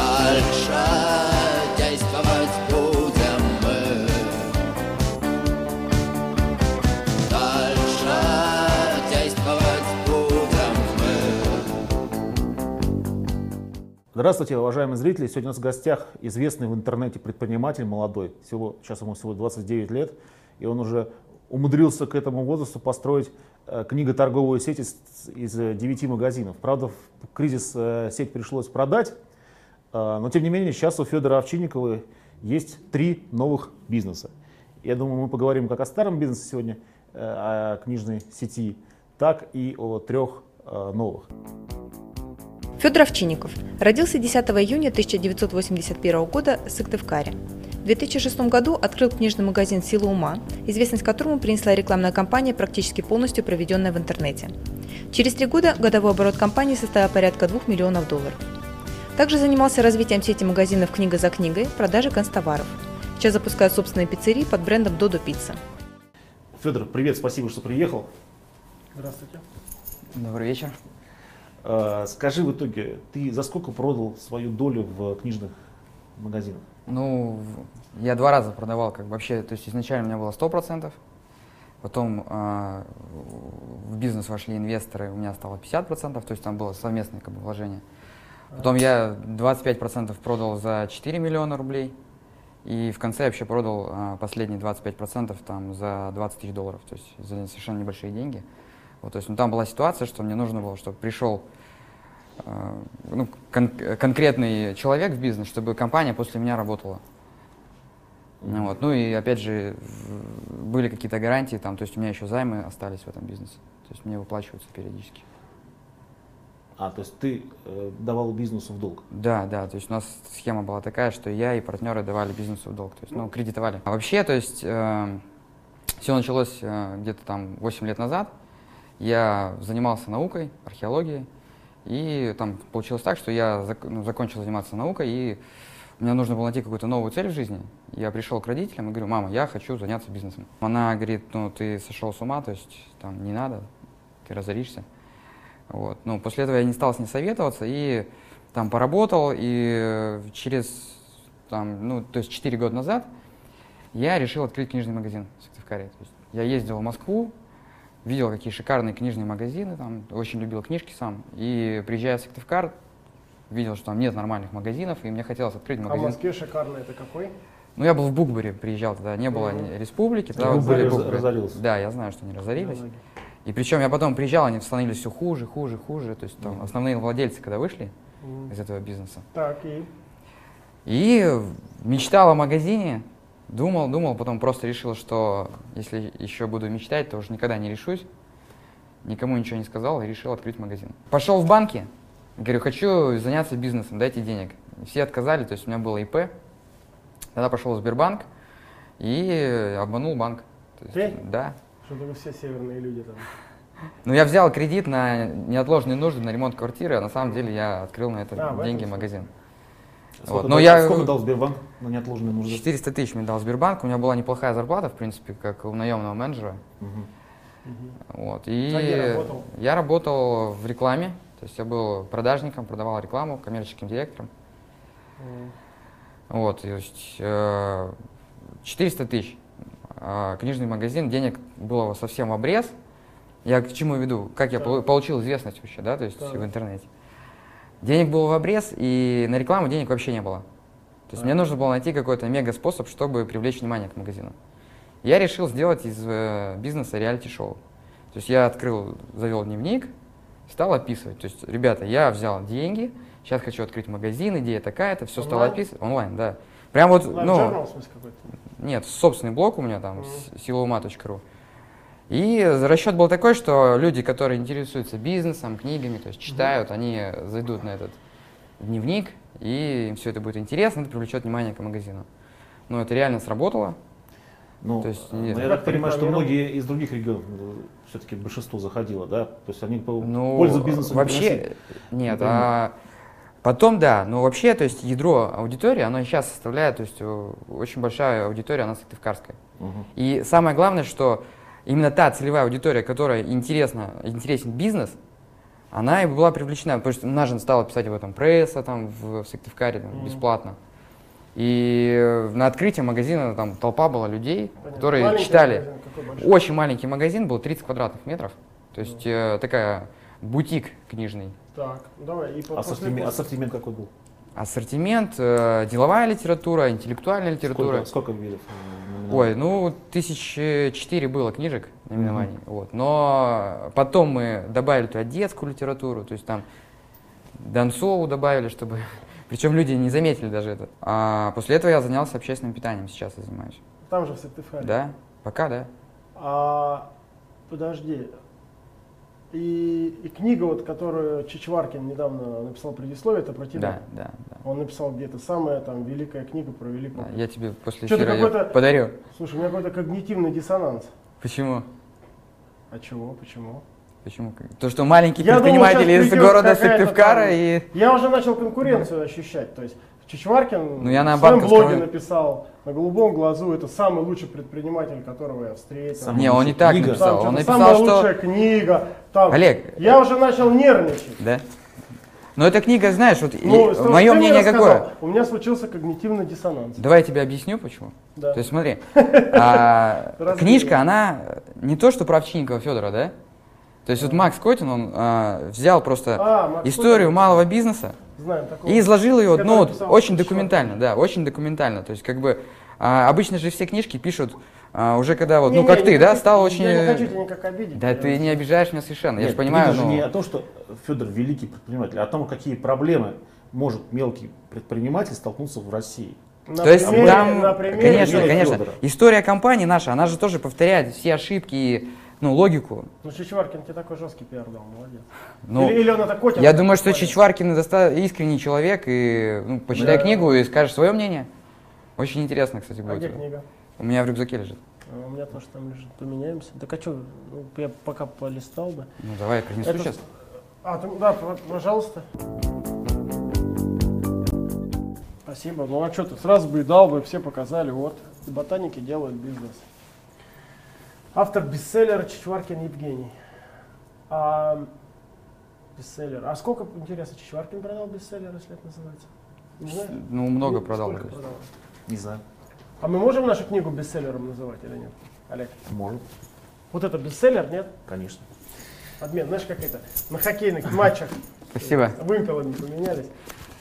дальше действовать будем мы. Дальше действовать будем мы. Здравствуйте, уважаемые зрители. Сегодня у нас в гостях известный в интернете предприниматель молодой. Всего, сейчас ему всего 29 лет, и он уже умудрился к этому возрасту построить э, книготорговую сеть из, из э, 9 магазинов. Правда, в кризис э, сеть пришлось продать, э, но тем не менее сейчас у Федора Овчинникова есть три новых бизнеса. Я думаю, мы поговорим как о старом бизнесе сегодня, э, о книжной сети, так и о трех э, новых. Федор Овчинников родился 10 июня 1981 года в Сыктывкаре. В 2006 году открыл книжный магазин «Сила ума», известность которому принесла рекламная кампания, практически полностью проведенная в интернете. Через три года годовой оборот компании составил порядка 2 миллионов долларов. Также занимался развитием сети магазинов «Книга за книгой», продажи констоваров. Сейчас запускает собственные пиццерии под брендом «Додо Пицца». Федор, привет, спасибо, что приехал. Здравствуйте. Добрый вечер. Э, Скажи в итоге, ты за сколько продал свою долю в книжных магазинах? Ну, в- я два раза продавал, как бы вообще, то есть изначально у меня было 100%, потом а, в бизнес вошли инвесторы, у меня стало 50%, то есть там было совместное как бы, вложение. Потом я 25% продал за 4 миллиона рублей, и в конце я вообще продал а, последние 25% там, за 20 тысяч долларов, то есть за совершенно небольшие деньги. Вот, то есть, ну, там была ситуация, что мне нужно было, чтобы пришел э, ну, кон- э, конкретный человек в бизнес, чтобы компания после меня работала. Ну Вот. Ну и опять же, в- были какие-то гарантии, там, то есть у меня еще займы остались в этом бизнесе. То есть мне выплачиваются периодически. А, то есть ты э, давал бизнесу в долг. Да, да, то есть у нас схема была такая, что я и партнеры давали бизнесу в долг, то есть, ну, кредитовали. А вообще, то есть, все началось э, где-то там 8 лет назад. Я занимался наукой, археологией, и там получилось так, что я зак- ну, закончил заниматься наукой, и мне нужно было найти какую-то новую цель в жизни. Я пришел к родителям и говорю, мама, я хочу заняться бизнесом. Она говорит, ну, ты сошел с ума, то есть, там, не надо, ты разоришься. Вот. Ну, после этого я не стал с ней советоваться и там поработал, и э, через, там, ну, то есть 4 года назад я решил открыть книжный магазин в Сыктывкаре. То есть я ездил в Москву, видел, какие шикарные книжные магазины, там, очень любил книжки сам, и приезжая в Сыктывкар, видел, что там нет нормальных магазинов, и мне хотелось открыть А в магазин. Москве шикарный это какой? Ну, я был в Букбаре, приезжал тогда, не было Мгм. ни республики. И Тогда Букбаре были раз- Букбары. разорился. Да, я знаю, что они разорились. И причем я потом приезжал, они становились все хуже, хуже, хуже. То есть там основные владельцы, когда вышли Мгм. из этого бизнеса. Так, и И мечтал о магазине, думал, думал, потом просто решил, что если еще буду мечтать, то уже никогда не решусь. Никому ничего не сказал и решил открыть магазин. Пошел в банки, говорю, хочу заняться бизнесом, дайте денег. Все отказали, то есть у меня было ИП. Тогда пошел в Сбербанк и обманул банк. То есть, Ты? Да. что-то вы все северные люди там. Ну, я взял кредит на неотложные нужды, на ремонт квартиры, а на самом деле я открыл на это А, в этом деньги смысле. магазин. А Сколько, Вот, дал, но я- сколько дал Сбербанк на неотложные нужды? 400 тысяч мне дал Сбербанк, у меня была неплохая зарплата, в принципе, как у наемного менеджера. Мгм. Мгм. Вот. И А где работал? я работал в рекламе, то есть я был продажником, продавал рекламу, коммерческим директором. Мгм. Вот, то есть э, 400 тысяч. А Книжный магазин, денег было совсем в обрез. Я к чему веду? Как я Так. полу- получил известность вообще, да, то есть Так. в интернете. Денег было в обрез, и на рекламу денег вообще не было. То есть мне нужно было найти какой-то мега способ, чтобы привлечь внимание к магазину. Я решил сделать из э, бизнеса реалити-шоу. То есть я открыл, завел дневник, стал описывать. То есть, ребята, я взял деньги, сейчас хочу открыть магазин, идея такая-то, все стал Онлайн? описывать. Онлайн, да. Прям вот, Live ну, Journal, в смысле, какой-то? нет, собственный блог у меня там, Мгм. с- силаума.ру. И э, расчет был такой, что люди, которые интересуются бизнесом, книгами, то есть читают, они зайдут на этот дневник, и им все это будет интересно, это привлечет внимание к магазину. Но это реально сработало. Ну, То есть, э, нет. но я Как ну? так понимаю, что рекламировал? многие из других регионов все-таки большинство заходило, да? То есть они по Ну, пользу бизнесу не приносили. вообще, нет, Например. а потом да, но вообще, то есть ядро аудитории, оно сейчас составляет, то есть э, очень большая аудитория, она сыктывкарская. Мгм. И самое главное, что именно та целевая аудитория, которая интересна, интересен бизнес, она и была привлечена, потому что она же стала писать об этом пресса там в, в Сыктывкаре там, Мгм. бесплатно. И на открытии магазина там толпа была людей, Понятно. которые Маленький читали. магазин, какой большой? Очень маленький магазин был, 30 квадратных метров. То есть э, такая бутик книжный. Так, давай. И А по- после Ассортимент, курса. ассортимент какой был? Ассортимент, э, деловая литература, интеллектуальная литература. Сколько, сколько видов? э, номинал? Ой, ну, тысячи четыре было книжек наименований, вот. Но потом мы добавили туда детскую литературу, то есть там Донцову добавили, чтобы... Причем люди не заметили даже это. А после этого я занялся общественным питанием, сейчас я занимаюсь. Там же в Сыктывкаре. Да? Пока, да. А, подожди. И, и книга, вот, которую Чичваркин недавно написал предисловие, это про тебя. Да, да, да. Он написал где-то самая там великая книга про великую. Да, Я тебе после Чё-то эфира её какой-то- подарю. Слушай, у меня какой-то когнитивный диссонанс. Почему? А чего? Почему? Почему? То, что маленькие Я думал, предприниматели сейчас из придёт города какая-то Сыктывкара там- и... Я уже начал конкуренцию ощущать. То есть Чичваркин Ну, я на в своем банковском блоге рынке. написал на голубом глазу, это самый лучший предприниматель, которого я встретил. Самый Не, он не лучшая так книга. написал. Там Он что-то самая написал, что... лучшая книга. Там. Олег, Я уже начал нервничать. Да? Но эта книга, знаешь, вот Ну, слушай, мое ты мне мнение рассказал. какое? У меня случился когнитивный диссонанс. Давай я тебе объясню, почему. Да. То есть смотри, а, Разве- книжка, она э, не то, что про Овчинникова Федора, да? То есть вот Макс Котин, он а, взял просто А, Макс историю Кутин, малого бизнеса Знаем такого. и изложил ее, который ну, вот писал очень Шварц. документально, да, очень документально. То есть как бы а, обычно же все книжки пишут а, уже когда вот, Не, ну не, как не ты, да, хочу- стал очень... Я не э, хочу тебя никак обидеть. Да ты не обижаешь меня совершенно, я Нет, же понимаю, книга же ну, не о том, что Федор великий предприниматель, а о том, какие проблемы может мелкий предприниматель столкнуться в России. На То есть примере- там, на примере- конечно, Юрия конечно, Фёдорова. история компании наша, она же тоже повторяет все ошибки и, ну, логику. Ну, Чичваркин тебе такой жесткий пиар дал, молодец. Ну, или, или он это котик? я думаю, что Чичваркин доста- искренний человек, и ну, почитай Да. книгу и скажешь свое мнение. Очень интересно, кстати, А будет. где книга? У меня в рюкзаке лежит. А, У меня тоже там лежит. Поменяемся. Так а что, я пока полистал бы. Ну, давай я принесу Это- сейчас. А, ты- да, п- пожалуйста. Спасибо. Ну а что ты сразу бы и дал бы, все показали. Вот, ботаники делают бизнес. Автор бестселлера Чичваркин Евгений. А, бестселлер. А сколько, интересно, Чичваркин продал бестселлер, если это называется? Не знаю. Ну, много Сколько продал. продал? Не знаю, А мы можем нашу книгу бестселлером называть или нет? Олег, может, вот это бестселлер, нет? конечно. Отмен, знаешь, как это? На хоккейных матчах Спасибо. вымпелами поменялись.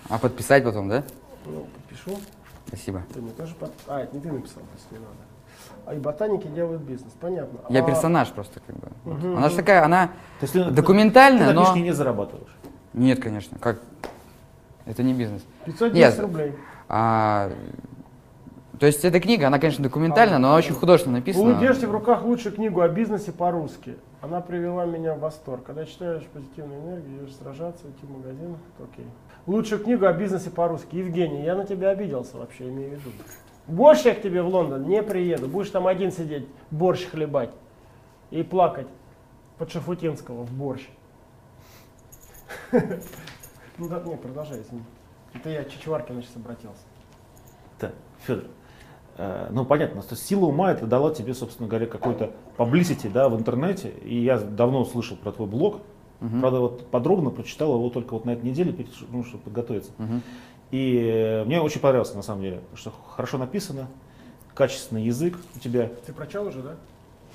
А подписать потом, да? Ну, подпишу. Спасибо. Ты мне тоже под... А, это не ты написал, то есть не надо. А и ботаники делают бизнес, понятно. Я А, персонаж просто как бы. Вот. Мгм. Она же такая, она То есть ты, ну, ты документальная, на но... книжке не зарабатываешь. Нет, конечно, как... Это не бизнес. 510 Нет. рублей. А, то есть эта книга, она, конечно, документальная, но она очень художественно Вы типа, написана. держите в руках лучшую книгу о бизнесе по-русски. Она привела меня в восторг. Когда читаешь позитивную энергию, идешь сражаться, идти в магазин, это окей. Лучшую книгу о бизнесе по-русски. Евгений, я на тебя обиделся вообще, имею в виду. Больше я к тебе в Лондон не приеду. Будешь там один сидеть, борщ хлебать и плакать под Шафутинского в борщ. Ну да, не, продолжай, извини. Это я к Чичваркину сейчас обратился. Да, Федор. Ну, понятно, что сила ума это дала тебе, собственно говоря, какой-то publicity да, в интернете. И я давно слышал про твой блог. Мгм. Правда, вот подробно прочитал его только вот на этой неделе, перед ш- ну, чтобы подготовиться. Мгм. И э, мне очень понравился, на самом деле, потому что хорошо написано, качественный язык у тебя. Ты прочел уже, да?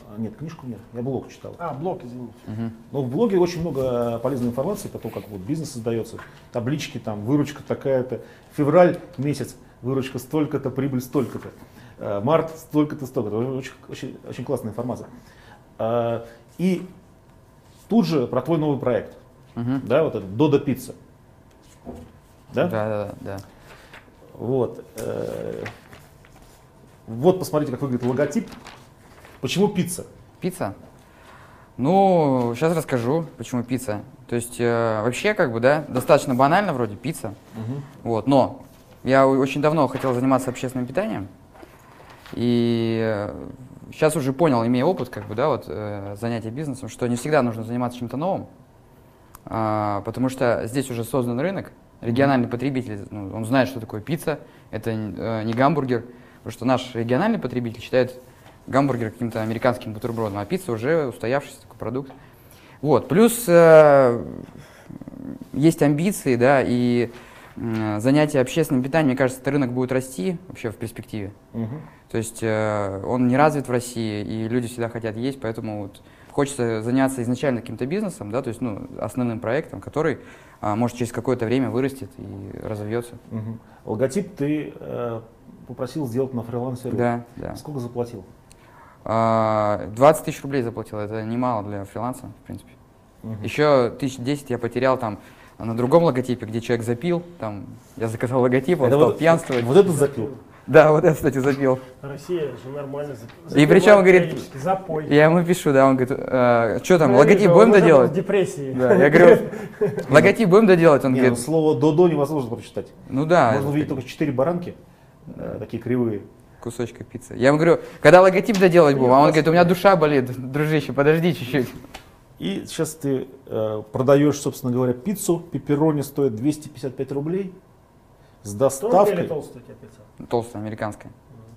А, Нет, книжку нет, я блог читал. А, блок, извините. Мгм. Но Ну, в блоге очень много э, полезной информации про то, как вот бизнес создается, таблички там, выручка такая-то, февраль месяц, выручка столько-то, прибыль столько-то, э, март столько-то, столько-то. Очень, очень, очень классная информация. А, И тут же про твой новый проект, Мгм. да, вот этот Дода Пицца. Да, да, да. Вот. э, Вот посмотрите, как выглядит логотип. Почему пицца? Пицца? Ну, сейчас расскажу, почему пицца. То есть, э, вообще, как бы, да, достаточно банально вроде пицца. Вот, но я о- очень давно хотел заниматься общественным питанием. И сейчас уже понял, имея опыт, как бы, да, вот, э, занятия бизнесом, что не всегда нужно заниматься чем-то новым. А, потому что здесь уже создан рынок, региональный потребитель, ну, он знает, что такое пицца, это н- э, не гамбургер, потому что наш региональный потребитель считает гамбургер каким-то американским бутербродом, а пицца уже устоявшийся такой продукт. Вот, плюс э, есть амбиции, да, и м, занятия общественным питанием, мне кажется, этот рынок будет расти вообще в перспективе. Мгм. То есть э, он не развит в России, и люди всегда хотят есть, поэтому вот хочется заняться изначально каким-то бизнесом, да, то есть ну, основным проектом, который, а, может, через какое-то время вырастет и разовьется. Мгм. Логотип ты э, попросил сделать на фрилансе. Да, да. Сколько заплатил? А, 20 тысяч рублей заплатил, это немало для фриланса, в принципе. Мгм. Еще тысяч десять я потерял там на другом логотипе, где человек запил, там я заказал логотип, он Это стал вот- пьянствовать. Вот это запил. Да, вот я, кстати, запил. Россия же нормально. зап- И причем, запивает говорит, периодически, запой. Я ему пишу, да, он говорит, что там, Ну, Я логотип вижу, будем он уже В доделать? депрессии. Да, я говорю, логотип будем доделать? Он Не, ну, говорит, слово «додо» невозможно прочитать. ну да, Можно увидеть только четыре баранки, э, такие кривые. кусочка пиццы. Я ему говорю, когда логотип доделать будем? А он говорит, у меня душа болит, дружище, подожди чуть-чуть. И сейчас ты э, продаешь, собственно говоря, пиццу. Пепперони стоит 255 рублей с Тонкая или доставкой. толстая у тебя пицца? Толстая, американская.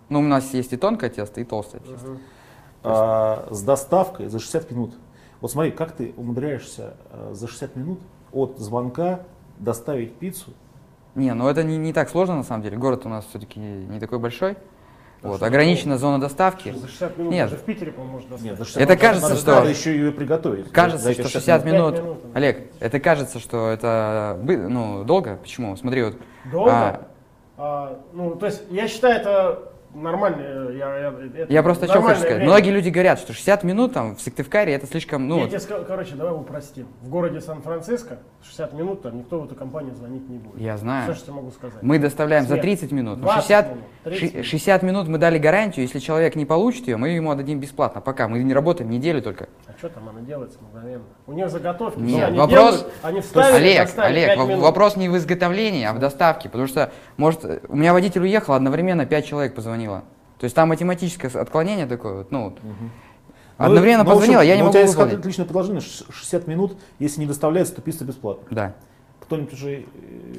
Ну, у нас есть и тонкое тесто, и толстое тесто. а, с доставкой за 60 минут. Вот смотри, как ты умудряешься э, за 60 минут от звонка доставить пиццу. Не, ну это не, не так сложно на самом деле. Город у нас все-таки не такой большой. Вот, ограничена зона доставки. За 60 минут Нет. даже в Питере, по-моему, можно достать. Нет, за 60 Это минут кажется, надо, что- надо еще ее приготовить. За Кажется, эти что 60 минут. Пять минут. Олег, это кажется, что это бы- ну, долго. Почему? Смотри, вот. Долго? а, А, ну, то есть, я считаю, это нормально. Я, я- это я просто о чем нормальное хочу сказать. время. Многие люди говорят, что 60 минут там в Сыктывкаре это слишком, ну, Я тебе скажу, короче, давай упростим. В городе Сан-Франциско 60 минут там никто в эту компанию звонить не будет. Я знаю. Все, что я могу сказать. мы доставляем за Свет. 30 минут. Но 20 60, минут, 30 ши- минут. 60 минут мы дали гарантию, если человек не получит ее, мы ему отдадим бесплатно. Пока мы не работаем неделю только. А что там она делается мгновенно? У нее заготовки, Нет, всё, они вопрос- делают, они вставили, Олег, доставили Олег, пять во- минут. вопрос не в изготовлении, а в доставке. Потому что, может, э, у меня водитель уехал, одновременно 5 человек позвонило. То есть там математическое с- отклонение такое, вот, ну, вот. Ну, одновременно ну, в общем, позвонила, я не ну, У могу тебя есть выполнить. отличное предложение, ш- 60 минут, если не доставляется, то пицца бесплатно. Да, Кто-нибудь уже э,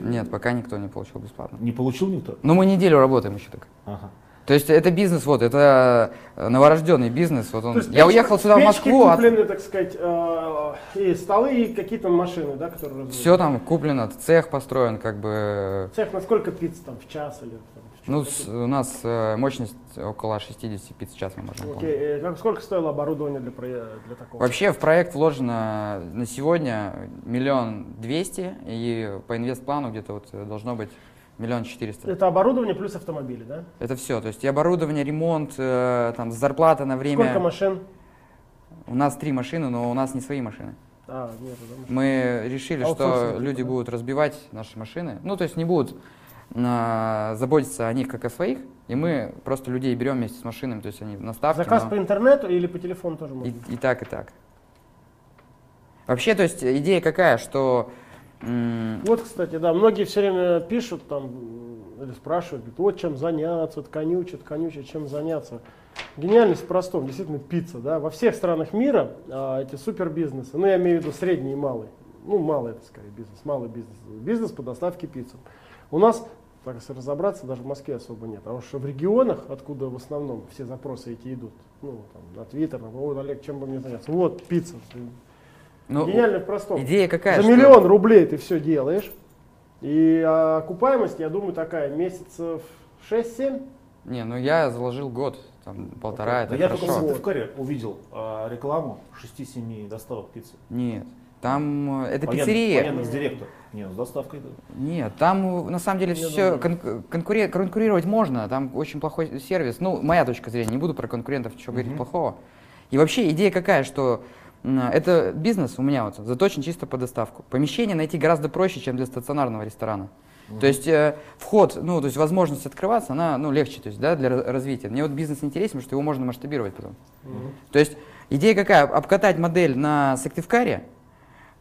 нет, пока никто не получил бесплатно. не получил никто? Но мы неделю работаем еще так. Ага. То есть это бизнес, вот, это э, новорожденный бизнес. Вот он. То есть Я печки- уехал сюда в печки Москву, а куплены, так сказать, э, и столы, и какие-то машины, да, которые разводят. все там куплено, цех построен, как бы. э, Цех на сколько пиц там в час или там, в Ну, час? с- у нас э, мощность около 60 пиц в час мы можем выполнять. Окей, э, как- сколько стоило оборудование для, про- для такого? Вообще в проект вложено на сегодня миллион двести, и по инвестплану где-то вот э, должно быть миллион четыреста. Это оборудование плюс автомобили, да? Это все, то есть и оборудование, ремонт, э, там зарплата на Сколько время. машин? У нас три машины, но у нас не свои машины. А, нет, да, машин. Мы решили, что Аутсорсинг, люди да? будут разбивать наши машины, ну то есть не будут а, заботиться о них как о своих, и мы просто людей берем вместе с машинами, то есть они на ставке. Заказ но- по интернету или по телефону тоже можно? И, и так, и так. Вообще, то есть идея какая, что м, Вот, кстати, да, многие все время пишут там м, или спрашивают, говорят, вот чем заняться, вот конючат, конючат, чем заняться. Гениальность в простом, действительно, пицца, да. Во всех странах мира а, эти супербизнесы, ну, я имею в виду средний и малый, ну, малый это скорее бизнес, малый бизнес, бизнес по доставке пиццы. У нас, так если разобраться, даже в Москве особо нет, потому что в регионах, откуда в основном все запросы эти идут, ну, там, на Твиттер, на «О, Олег, чем бы мне заняться? Вот, пицца. ну, Гениально в простом. идея какая, За что- миллион рублей ты все делаешь. И а, окупаемость, я думаю, такая месяцев 6-7. Не, ну я заложил год, там полтора, это Да я только в хорошо. смог. Сыктывкаре увидел а, рекламу 6-7 доставок пиццы. Нет, там э, это Военных- пиццерия. военных с директор. Нет, с доставкой. да. Нет, там э, на самом деле Я все думаю. конкурировать можно, там очень плохой сервис. Ну, моя точка зрения, не буду про конкурентов ничего говорить плохого. И вообще идея какая, что м, это бизнес у меня вот заточен чисто по доставку. Помещение найти гораздо проще, чем для стационарного ресторана. То есть э, вход, ну, то есть возможность открываться, она, ну, легче, то есть, да, для ра- развития. Мне вот бизнес интересен, потому что его можно масштабировать потом. То есть идея какая? Обкатать модель на Сыктывкаре,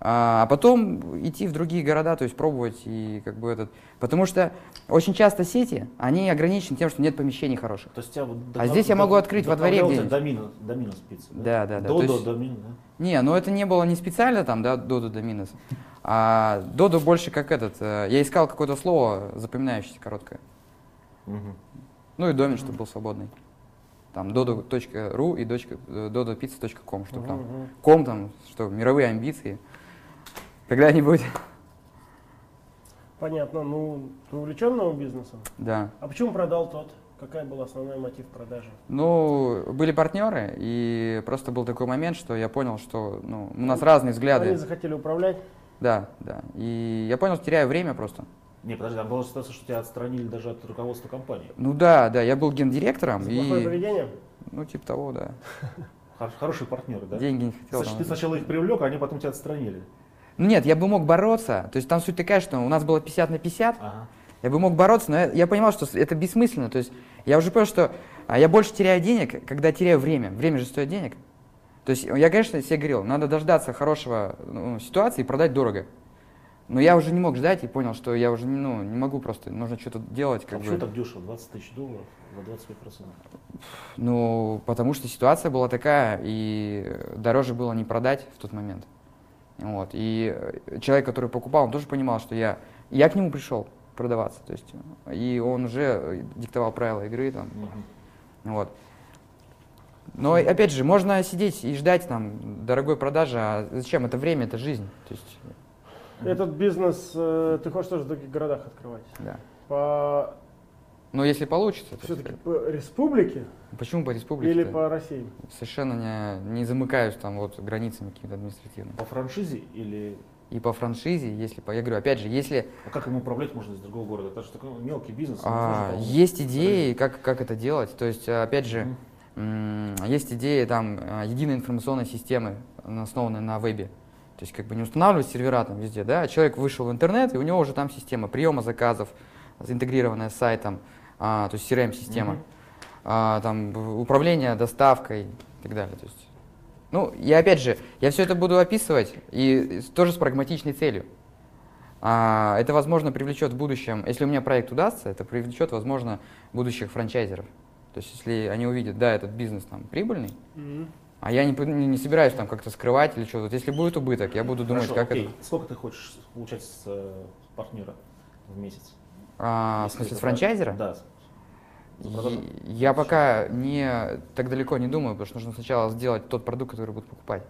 а а потом идти в другие города, то есть пробовать и как бы этот... Потому что очень часто сети, они ограничены тем, что нет помещений хороших. То есть тебя вот А догов- здесь я могу догов- открыть во дворе доставлял тебя Домино, Доминос пицца. Да, да, да, Додо, то есть- Домино, да. Не, ну это не было не специально там, да, Додо до минуса. А Додо больше как этот... э, Я искал какое-то слово запоминающееся, короткое. Мгм. Ну и домен, чтобы был свободный. Там dodo.ru и дочка- э, dodopizza.com, чтобы там... Ком там, что, мировые амбиции. Когда-нибудь... Понятно, ну, ты увлечен новым бизнесом? Да. А почему продал тот? Какая была основной мотив продажи? Ну, были партнеры, и просто был такой момент, что я понял, что ну, у нас разные Они взгляды. захотели управлять. Да, да. И я понял, что теряю время просто. Не, подожди, там была ситуация, что тебя отстранили даже от руководства компании. Ну да, да, я был гендиректором, За плохое и, поведение? ну, типа того, да. Хор- хорошие партнеры, да? Деньги не хотел. Значит, там. ты сначала их привлек, а они потом тебя отстранили. Ну, Нет, я бы мог бороться. То есть там суть такая, что у нас было 50 на 50, Ага. Я бы мог бороться, но я, я понимал, что с- это бессмысленно. То есть я уже понял, что а, я больше теряю денег, когда теряю время. Время же стоит денег. То есть я, конечно, себе говорил, надо дождаться хорошего ну, ситуации и продать дорого. Но я уже не мог ждать и понял, что я уже ну, не могу просто, нужно что-то делать. А Как почему бы. так дешево? 20 тысяч долларов за 25%. Ну, потому что ситуация была такая, и дороже было не продать в тот момент. Вот. И э, человек, который покупал, он тоже понимал, что я, я к нему пришел продаваться. То есть, и он уже э, диктовал правила игры. Там, Мгм. Вот. Но и опять же, можно сидеть и ждать там дорогой продажи, а зачем? Это время, это жизнь. То есть, Этот бизнес, э, ты хочешь тоже в других городах открывать? да. По Но если получится, то все-таки по республике почему по республике? или по России? Совершенно не, не замыкаюсь там вот границами какими-то административными. По франшизе или... И по франшизе, если по... Я говорю, опять же, если А как им управлять можно из другого города? Это же такой мелкий бизнес. а, невозможно, по-моему. есть идеи, как, как это делать, то есть, а, опять же, м, есть идеи там а, единой информационной системы, м, основанной на вебе. То есть, как бы не устанавливать сервера там везде, да, а человек вышел в интернет, и у него уже там система приема заказов, интегрированная с сайтом, а, то есть CRM-система, А, там в- управление доставкой и так далее. То есть, ну, я опять же, я все это буду описывать, и с- тоже с прагматичной целью. А, это, возможно, привлечет в будущем, если у меня проект удастся, это привлечет, возможно, будущих франчайзеров. То есть, если они увидят, да, этот бизнес там прибыльный, а я не, п- не не собираюсь там как-то скрывать или что-то. Вот если будет убыток, я буду думать, Хорошо, как окей. это. Сколько ты хочешь получать с э, партнера в месяц? А, в Если смысле, с это франчайзера? про- Да. За продажу? И- Я пока не так далеко не думаю, потому что нужно сначала сделать тот продукт, который будут покупать.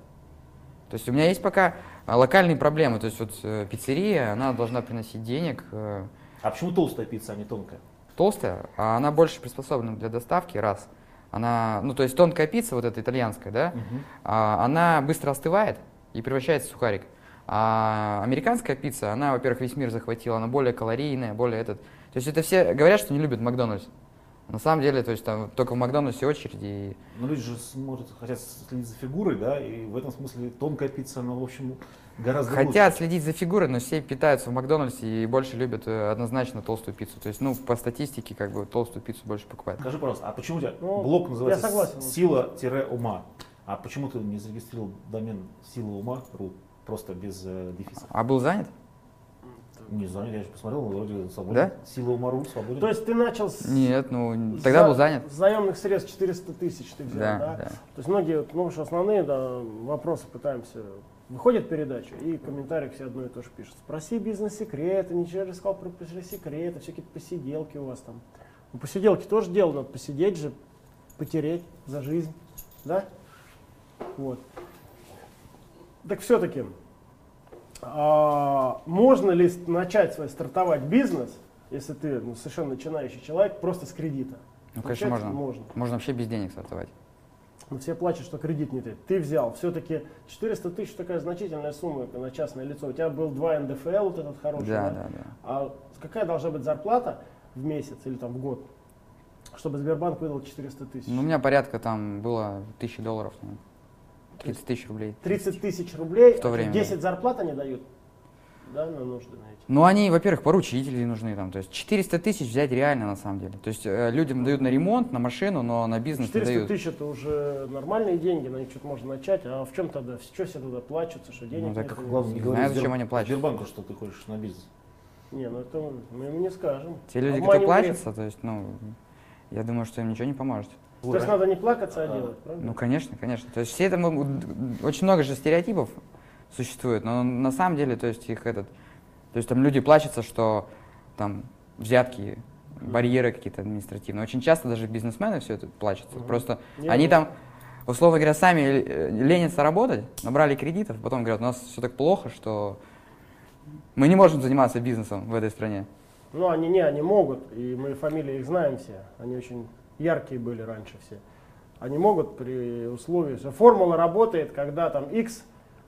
То есть у меня есть пока а, локальные проблемы. То есть вот э, пиццерия, она должна приносить денег. э, А почему толстая пицца, а не тонкая? толстая, а она больше приспособлена для доставки, раз. Она, ну, то есть тонкая пицца, вот эта итальянская, да, а, она быстро остывает и превращается в сухарик. А американская пицца, она, во-первых, весь мир захватила, она более калорийная, более этот. То есть это все говорят, что не любят Макдональдс. На самом деле, то есть там только в Макдональдсе очереди. и- Ну, люди же смотрят, хотят следить за фигурой, да, и в этом смысле тонкая пицца, она, в общем, гораздо Хотят лучше. следить за фигурой, но все питаются в Макдональдсе и больше любят э, однозначно толстую пиццу. То есть, ну, по статистике, как бы толстую пиццу больше покупают. Скажи, пожалуйста, а почему у тебя Ну, блог я называется согласен. «Сила-ума»? А почему ты не зарегистрировал домен «Сила ума.ру» просто без э, дефиса? А был занят? Не знаю, я же посмотрел, вроде свободен. Да? «Сила ума.ру» свободен. То есть ты начал с... Нет, ну, тогда за- был занят. с Заемных средств 400 тысяч ты взял, Да, да? да. То есть многие, вот, ну, что основные да, вопросы пытаемся... Выходит передача, и в комментариях все одно и то же пишут. Спроси бизнес-секреты, ничего же сказал про бизнес-секреты, всякие посиделки у вас там. Ну, посиделки тоже дело, надо посидеть же, потереть за жизнь, да? Вот. Так все-таки, а, можно ли с- начать свой стартовать бизнес, если ты ну, совершенно начинающий человек, просто с кредита? Ну, конечно, Получается, можно. Можно. Можно вообще без денег стартовать. Но все плачут, что кредит не ты. Ты взял. Все-таки 400 тысяч такая значительная сумма на частное лицо. У тебя был 2 НДФЛ, вот этот хороший. Да, да? да, да. А какая должна быть зарплата в месяц или там в год, чтобы Сбербанк выдал 400 тысяч? Ну, у меня порядка там было 1000 долларов, ну, 30 тысяч рублей. 30 тысяч рублей, В то а время, 10 зарплат они дают? Да, на нужды на эти. Ну, они, во-первых, поручители нужны там, то есть 400 тысяч взять реально на самом деле. То есть э, людям дают на ремонт, на машину, но на бизнес не 400 дают. тысяч это уже нормальные деньги, на них что-то можно начать. А в чем тогда? Что все туда плачутся, что денег Ну, так нет? как нет? Главное, Не не говори знаю, Сбер- зачем они плачут. Сбербанку, что ты хочешь на бизнес. Не, ну это мы им не скажем. Те люди, Обманем которые грех. плачутся, то есть, ну, я думаю, что им ничего не поможет. То есть надо не плакаться, а делать, правильно? Ну, конечно, конечно. То есть все это могут- очень много же стереотипов существует, но на самом деле, то есть их этот, то есть там люди плачутся, что там взятки, барьеры какие-то административные. Очень часто даже бизнесмены все это плачутся. Просто Я они понял. там, условно говоря, сами э, ленятся работать, набрали кредитов, потом говорят, у нас все так плохо, что Мы не можем заниматься бизнесом в этой стране. Ну, они не, они могут, и мы фамилии их знаем все. Они очень яркие были раньше все. Они могут при условии, что формула работает, когда там x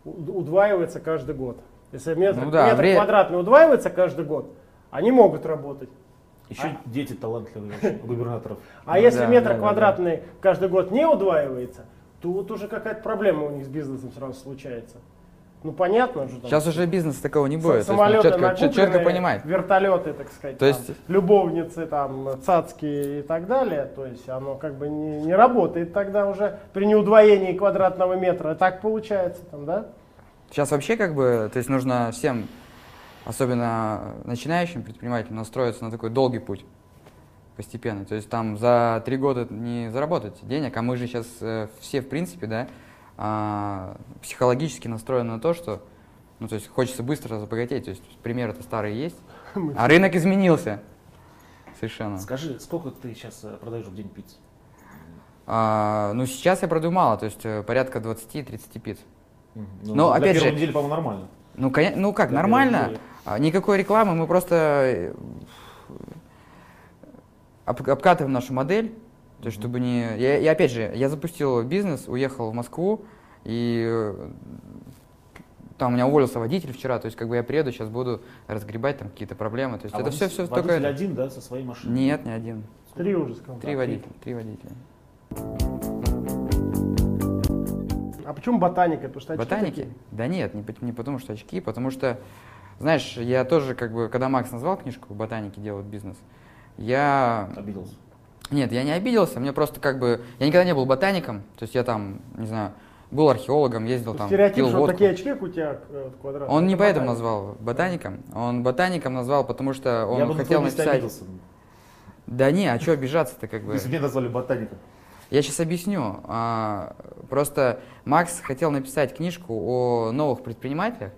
у- удваивается каждый год. Если метр, Ну да, метр вре- квадратный удваивается каждый год, они могут работать. Еще дети талантливые вообще, у губернаторов. А Ну если да, метр да, да, квадратный каждый год не удваивается, то вот уже какая-то проблема у них с бизнесом сразу случается. Ну понятно же. там. Сейчас уже бизнеса такого не будет. То есть надо Самолеты четко, чет- четко накупленные, понимать. Вертолеты, так сказать. То там, есть- любовницы, там, цацки и так далее. То есть оно как бы не, не работает тогда уже при неудвоении квадратного метра. Так получается там, да? Сейчас вообще как бы, то есть нужно всем, особенно начинающим предпринимателям, настроиться на такой долгий путь постепенно. То есть там за три года не заработать денег, а мы же сейчас все, в принципе, да, а, психологически настроены на то, что, ну, то есть хочется быстро забогатеть. То есть примеры-то старые есть, а рынок изменился совершенно. Скажи, сколько ты сейчас продаешь в день пиццы? А, ну, сейчас я продаю мало, то есть э, порядка 20-30 пиц. Ну, Ну, для опять первой же- недели, по-моему, нормально. Ну, коня- ну как, Да, нормально. переводили. А, Никакой рекламы, мы просто э, об- обкатываем нашу модель. То есть, чтобы не. Я, я, опять же, я запустил бизнес, уехал в Москву, и э, там у меня уволился водитель вчера. То есть, как бы я приеду, сейчас буду разгребать там какие-то проблемы. То есть, А это водитель- все, все водитель только. один, да, со своей машиной? Нет, не один. Три уже сказал. Три три. водителя. Три водителя. А почему ботаника? Потому что очки Ботаники? такие. Да нет, не, пот- не потому что очки, потому что, знаешь, я тоже, как бы, когда Макс назвал книжку «Ботаники делают бизнес», я... Обиделся. Нет, я не обиделся, мне просто как бы... Я никогда не был ботаником, то есть я там, не знаю, был археологом, ездил там, Стереотип, пил что водку. такие очки, как у тебя э, квадратные. Он не это поэтому ботаник. назвал ботаником, он ботаником назвал, потому что он Я бы на хотел твоем месте написать... обиделся. Да не, а что обижаться-то как бы? Если бы меня назвали ботаником. Я сейчас объясню. А, Просто Макс хотел написать книжку о новых предпринимателях,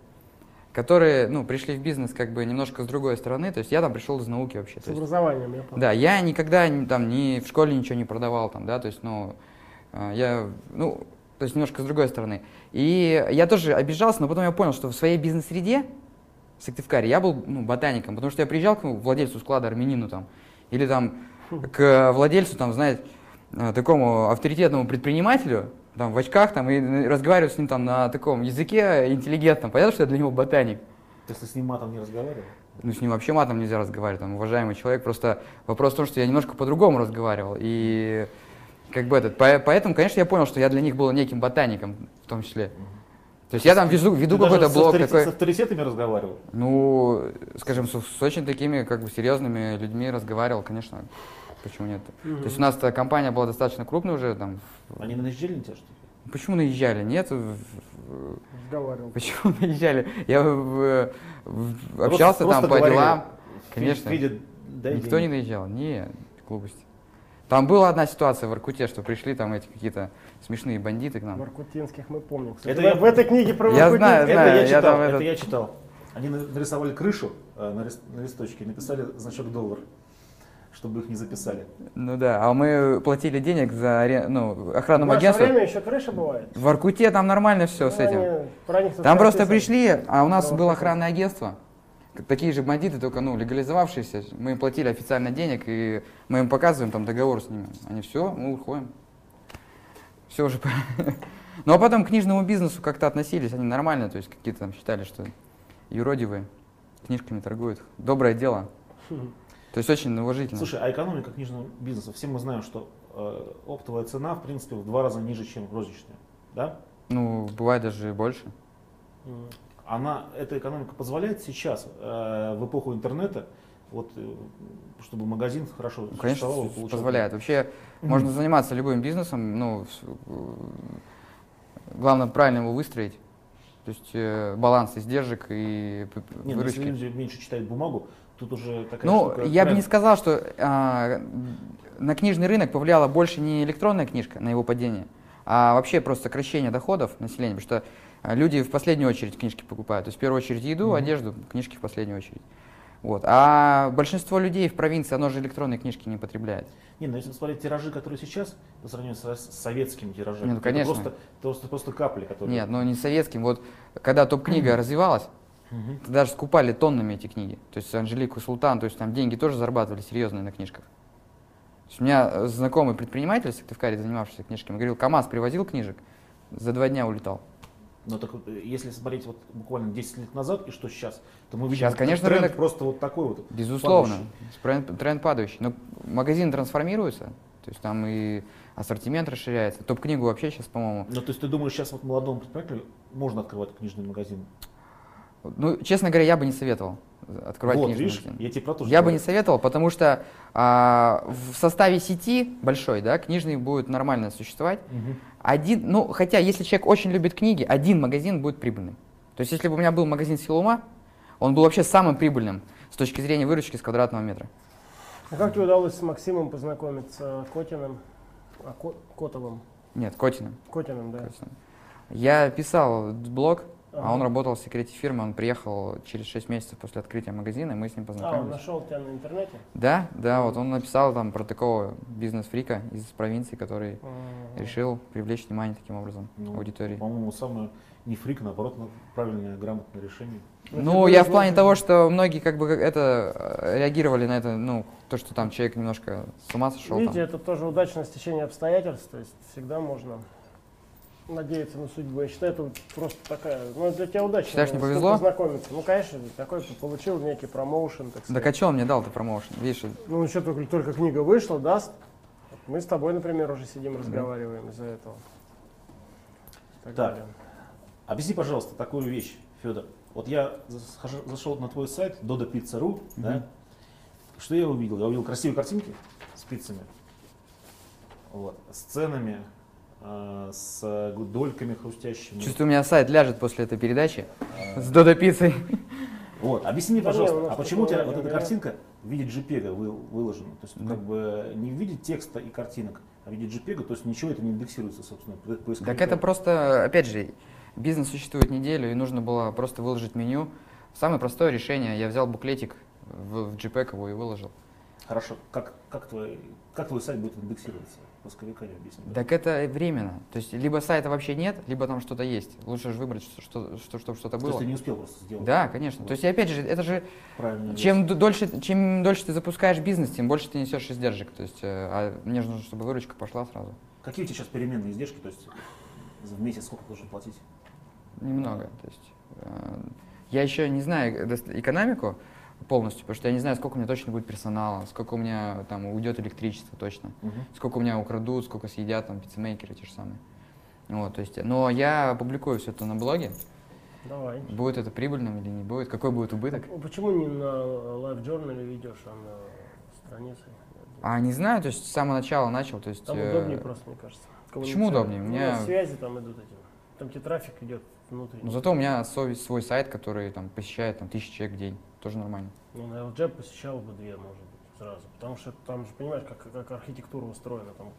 которые ну, пришли в бизнес как бы немножко с другой стороны. То есть я там пришел из науки вообще. С То есть, образованием, я понял. да, я никогда не- там ни в школе ничего не продавал, там, да, то есть, ну, а, я, ну, то есть немножко с другой стороны. И я тоже обижался, но потом я понял, что в своей бизнес-среде в Сыктывкаре я был ну, ботаником, потому что я приезжал к владельцу склада армянину там, или там к владельцу, там, знаете, э, такому авторитетному предпринимателю, там, в очках, там, и разговариваю с ним там на таком языке интеллигентном. Понятно, что я для него ботаник. Ты что, с ним матом не разговаривал? Ну, с ним вообще матом нельзя разговаривать, там, уважаемый человек. Просто вопрос в том, что я немножко по-другому разговаривал. И как бы этот, по- поэтому, конечно, я понял, что я для них был неким ботаником в том числе. То есть я там везу- веду Ты даже какой-то с блог авторитет- такой. С авторитетами разговаривал? Ну, скажем, с, с очень такими, как бы, серьезными людьми разговаривал, конечно. Почему нет? То есть у нас компания была достаточно крупная уже, там. Они наезжали на тебя, что ли? Почему наезжали? Нет, в- в- Разговаривал. почему наезжали? Я в- в- общался Просто- там просто по говорили, делам. «Федя, Конечно. Федя, дай Никто не денег». наезжал, не глупости. Там была одна ситуация в Иркуте, что пришли там эти какие-то смешные бандиты к нам. Воркутинских мы помним. Кстати, Это в, я- в этой книге про Я Воркутинских- знаю, Это знаю. я я читал, там это этот- я читал. Они на- нарисовали крышу э, на рис- на листочке и написали значок доллар, чтобы их не записали. Ну да, а мы платили денег за аре- ну, В охранному наше агентству. время еще крыша бывает. В Аркуте там нормально все с Ну, этим. они- про них тут Там просто написано. пришли, а у нас Ну, было вот это. охранное агентство. К- Такие же бандиты, только ну, легализовавшиеся. Мы им платили официально денег, и мы им показываем там договор с ними. Они все, мы уходим. Все уже. по- Ну а потом к книжному бизнесу как-то относились, они нормально, то есть какие-то там считали, что юродивые книжками торгуют. Доброе дело. То есть очень уважительно. Слушай, а экономика книжного бизнеса, все мы знаем, что э, оптовая цена, в принципе, в два раза ниже, чем розничная. Да? Ну, бывает даже и больше. Мгм. Она, эта экономика позволяет сейчас, э, в эпоху интернета, вот, э, чтобы магазин хорошо Ну, Конечно, существовал, с- получал. позволяет. Вообще, можно заниматься любым бизнесом, ну, с- э, главное правильно его выстроить. То есть э, баланс издержек и п- п- Не, ну, если выручки. люди меньше читают бумагу, тут уже такая Ну, штука, я бы не тренд. сказал, что а, на книжный рынок повлияла больше не электронная книжка на его падение, а вообще просто сокращение доходов населения, потому что а, люди в последнюю очередь книжки покупают. То есть в первую очередь еду, одежду, книжки в последнюю очередь. Вот. А большинство людей в провинции, оно же электронные книжки не потребляет. Не, ну если посмотреть тиражи, которые сейчас, по сравнению со- с советскими тиражами, Не, ну, это конечно. просто, просто, просто капли, которые... Нет, ну не советским. Вот когда топ-книга развивалась, Даже скупали тоннами эти книги. То есть Анжелику Султан, то есть там деньги тоже зарабатывали серьезные на книжках. То есть у меня э, знакомый предприниматель в Сыктывкаре, занимавшийся книжками, говорил, КАМАЗ привозил книжек, за два дня улетал. Ну так вот, э, если смотреть вот буквально 10 лет назад и что сейчас, то мы видим, Щас, т- конечно, тренд рынок- просто вот такой вот. Безусловно, падающий. тренд, тренд падающий. Но магазин трансформируется, то есть там и ассортимент расширяется. Топ-книгу вообще сейчас, по-моему. Ну то есть ты думаешь, сейчас вот молодому предпринимателю можно открывать книжный магазин? Ну, честно говоря, я бы не советовал открывать вот, книжный видишь, магазин. я тебе про то же Я бы не говорю. советовал, потому что а, в составе сети большой, да, книжный будет нормально существовать. Мгм. Один, ну, хотя, если человек очень любит книги, один магазин будет прибыльным. То есть, если бы у меня был магазин «Сила ума», он был вообще самым прибыльным с точки зрения выручки с квадратного метра. А как тебе удалось с Максимом познакомиться? Котиным? А, Ко- Котовым? Нет, Котиным. Котиным, да. Котиным. Я писал блог, а он Ага. работал в секрете фирмы, он приехал через 6 месяцев после открытия магазина, и мы с ним А, он познакомились. нашел тебя на интернете? да, да, вот он написал там про такого бизнес-фрика из провинции, который Ага. решил привлечь внимание таким образом Ну, аудитории. По-моему, самое не фрик, наоборот, на- правильное, грамотное решение. Ну, я в плане того, что многие как бы как это э, реагировали на это, ну, то, что там человек немножко с ума сошел. Видите, там. это тоже удачное стечение обстоятельств, то есть всегда можно надеяться на судьбу. Я считаю, это просто такая, ну, для тебя удача. Считаешь, не с кем повезло? Познакомиться. Ну, конечно, такой получил некий промоушен, так Да сказать. качал мне дал-то промоушен, видишь, Ну, еще только, только книга вышла, даст. Мы с тобой, например, уже сидим, разговариваем из-за этого. И Так. Так. далее. Объясни, пожалуйста, такую вещь, Федор. Вот я захожу- зашел на твой сайт dodapizza.ru, да? Что я увидел? Я увидел красивые картинки с пиццами, вот, с ценами, э, с э, дольками хрустящими. чувствую, у меня сайт ляжет после этой передачи с Додо пиццей. Вот, объясни мне, Да не, у пожалуйста, нас а почему у тебя такого вот эта нет. картинка в виде JPEG вы- выложена? То есть Да. как бы не в виде текста и картинок, а в виде JPEG, то есть ничего это не индексируется, собственно, по- поисковиком. Так это просто, опять же, бизнес существует неделю, и нужно было просто выложить меню. Самое простое решение, я взял буклетик в, в JPEG его и выложил. Хорошо, как, как, твой, как твой сайт будет индексироваться? Поисковиками объясни. Так это временно. То есть либо сайта вообще нет, либо там что-то есть. Лучше же выбрать, что, что, что, чтобы что-то То есть было. ты не успел просто сделать. Да, конечно. Вот. То есть, опять же, это же Правильно. Чем д- дольше, чем дольше ты запускаешь бизнес, тем больше ты несешь издержек. То есть, э, а мне же нужно, чтобы выручка пошла сразу. Какие у тебя сейчас переменные издержки? То есть за- в месяц сколько должен платить? Немного. То есть, э, я еще не знаю э, дос- экономику полностью, потому что я не знаю, сколько у меня точно будет персонала, сколько у меня там уйдет электричество точно, сколько у меня украдут, сколько съедят там пиццемейкеры те же самые. Вот, то есть, но я публикую все это на блоге. Давай. Будет это прибыльным или не будет, какой будет убыток. Ну, Почему не на Live Journal ведешь, а на странице? А не знаю, то есть с самого начала начал. То есть, Там э, удобнее просто, мне кажется. почему удобнее? У У меня- Ну, меня связи там идут эти. Там тебе трафик идет внутри. Но зато у меня свой, свой сайт, который там посещает там тысячи человек в день. Тоже нормально. Ну, на LJ посещал бы две, может быть, сразу. Потому что там же, понимаешь, как, как архитектура устроена, там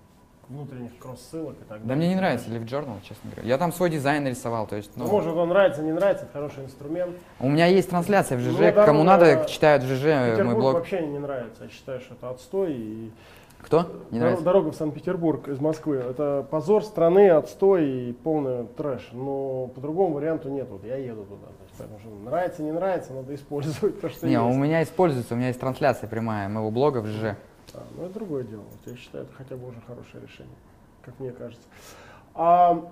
внутренних кросс-ссылок и так далее. Да мне не нравится Live Journal, честно говоря. Я там свой дизайн нарисовал, то есть, Ну, ну, может, он нравится, не нравится, это хороший инструмент. у меня есть трансляция в Ну, ЖЖ, дорога- кому надо, читают в ЖЖ Э, мой Петербург блог. вообще не нравится, я считаю, что это отстой. И... Кто? Не Дор- нравится? Дорога в Санкт-Петербург из Москвы, это позор страны, отстой и полный трэш. Но по-другому варианту нет, вот я еду туда. то есть, потому что нравится, не нравится, надо использовать то, что Не, есть. у меня используется, у меня есть трансляция прямая моего блога в ЖЖ. А, ну это другое дело. Вот Я считаю, это хотя бы уже хорошее решение, как мне кажется. А,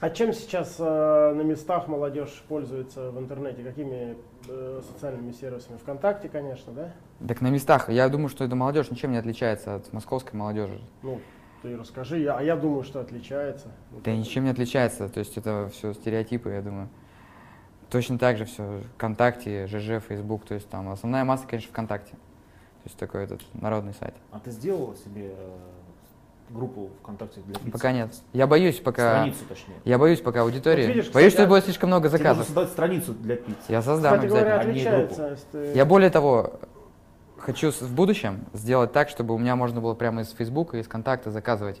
а чем сейчас э, на местах молодежь пользуется в интернете? Какими э, социальными сервисами? Вконтакте, конечно, да? Так на местах, я думаю, что эта молодежь ничем не отличается от московской молодежи. Ну, ты расскажи, я, а я думаю, что отличается. Ну, Вот Да это. ничем не отличается, то есть это все стереотипы, я думаю. Точно так же все ВКонтакте, ЖЖ, Фейсбук, то есть там основная масса, конечно, ВКонтакте. То есть такой этот народный сайт. А ты сделал себе э, группу ВКонтакте для пиццы? Пока нет. Я боюсь, пока... Страницу, точнее. Я боюсь пока аудитории. Вот видишь, боюсь, что кстати, а- будет слишком много Ты можешь заказов. создать страницу для пиццы. Я создам Кстати говоря, обязательно. они и отличается. если- Я более того, хочу с- в будущем сделать так, чтобы у меня можно было прямо из Фейсбука, из контакта заказывать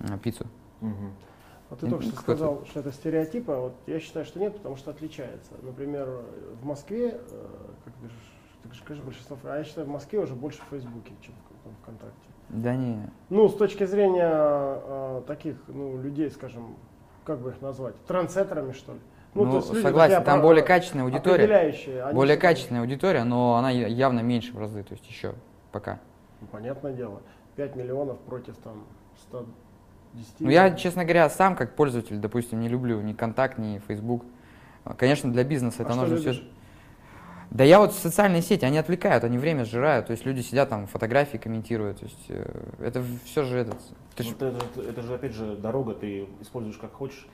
м, пиццу. Мгм. Вот ты только что Какой-то- сказал, что это стереотипы, а вот я считаю, что нет, потому что отличается. Например, э, в Москве, э, как ты ж- ты же скажи, большинство, фра- а я считаю, в Москве уже больше в Фейсбуке, чем в- там ВКонтакте. Да не. Ну, с точки зрения э, таких, ну, людей, скажем, как бы а, их назвать, трансетерами, что ли. Ну, то Ну, есть люди согласен, такие там опра- более качественная аудитория. Определяющие. они Более всё- качественная аудитория, но она я- явно меньше в разы, то есть еще пока. Ну, Понятное дело. 5 миллионов против там 110. Ну, я, честно говоря, сам как пользователь, допустим, не люблю ни контакт, ни Facebook. А, Конечно, для бизнеса А это что нужно любишь? все. Да я вот социальные сети, они отвлекают, они время сжирают, то есть люди сидят там, фотографии комментируют, то есть э, это все же этот... ты ж- Вот это, это же опять же дорога, ты используешь как хочешь.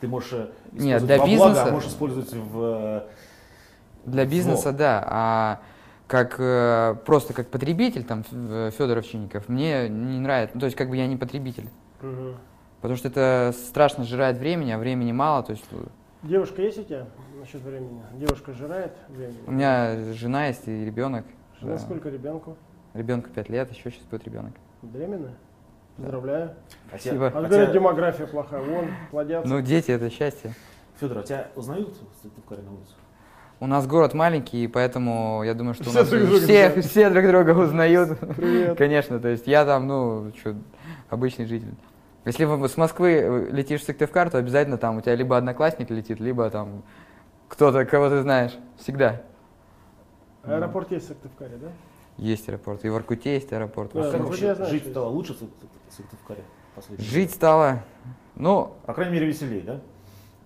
Ты можешь э, использовать Нет, для во благо, бизнеса- а можешь использовать в... э, Для Зло. бизнеса, да. А как э, просто как потребитель, там, Федоров Чинников, мне не нравится. Ну, То есть, как бы я не потребитель. Мгм. Потому что это страшно жирает времени, а времени мало. То есть э, Девушка есть у тебя насчет времени? Девушка жирает времени? у меня жена есть и ребенок. Жена Да. А сколько ребенку? Ребенку 5 лет, еще сейчас будет ребенок. Беременна? Поздравляю. Хотя, Спасибо. А хотя- говорят, демография плохая. Вон, плодятся. Ну, дети это счастье. Федор, а тебя узнают в Каре на улице? У нас город маленький, и поэтому я думаю, что у Все нас друг друга все, знают. все друг друга узнают. Привет. Конечно, то есть я там, ну, что, обычный житель. Если вы с Москвы э, летишь в Сыктывкар, то обязательно там у тебя либо одноклассник летит, либо там кто-то, кого ты знаешь. Всегда Аэропорт есть в Сыктывкаре, да? есть аэропорт. И в Иркуте есть аэропорт. Да, А как ну, вообще я знаю, жить что стало лучше в Сыкт- в Сыктывкаре? последнее время? Жить стало, ну, По крайней мере, веселее, да?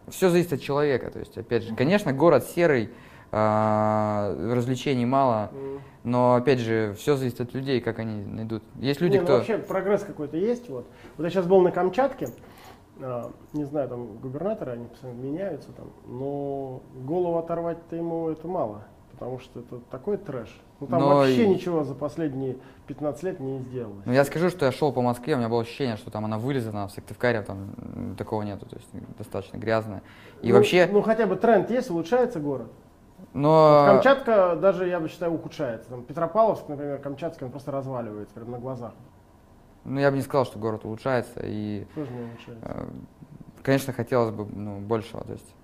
все зависит от человека. То есть, опять же, конечно, город серый, а, развлечений мало, М. но, опять же, все зависит от людей, как они найдут. Есть люди, Не, ну кто... вообще прогресс какой-то есть. Вот. вот я сейчас был на Камчатке, а, не знаю, там губернаторы, они постоянно меняются там, но голову оторвать-то ему это мало, потому что это такой трэш. Ну там Но вообще и- ничего за последние 15 лет не сделалось. Ну, я скажу, что я шел по Москве, у меня было ощущение, что там она вырезана, а в Сыктывкаре там м, такого нету, то есть достаточно грязная. И Ну, вообще, Ну хотя бы тренд есть, улучшается город. Вот но... Камчатка даже, я бы считаю, ухудшается. Там Петропавловск, например, Камчатский, он просто разваливается прямо на глазах. Ну, я бы не сказал, что город улучшается, и, Тоже не улучшается. э, конечно, хотелось бы ну, большего, то есть...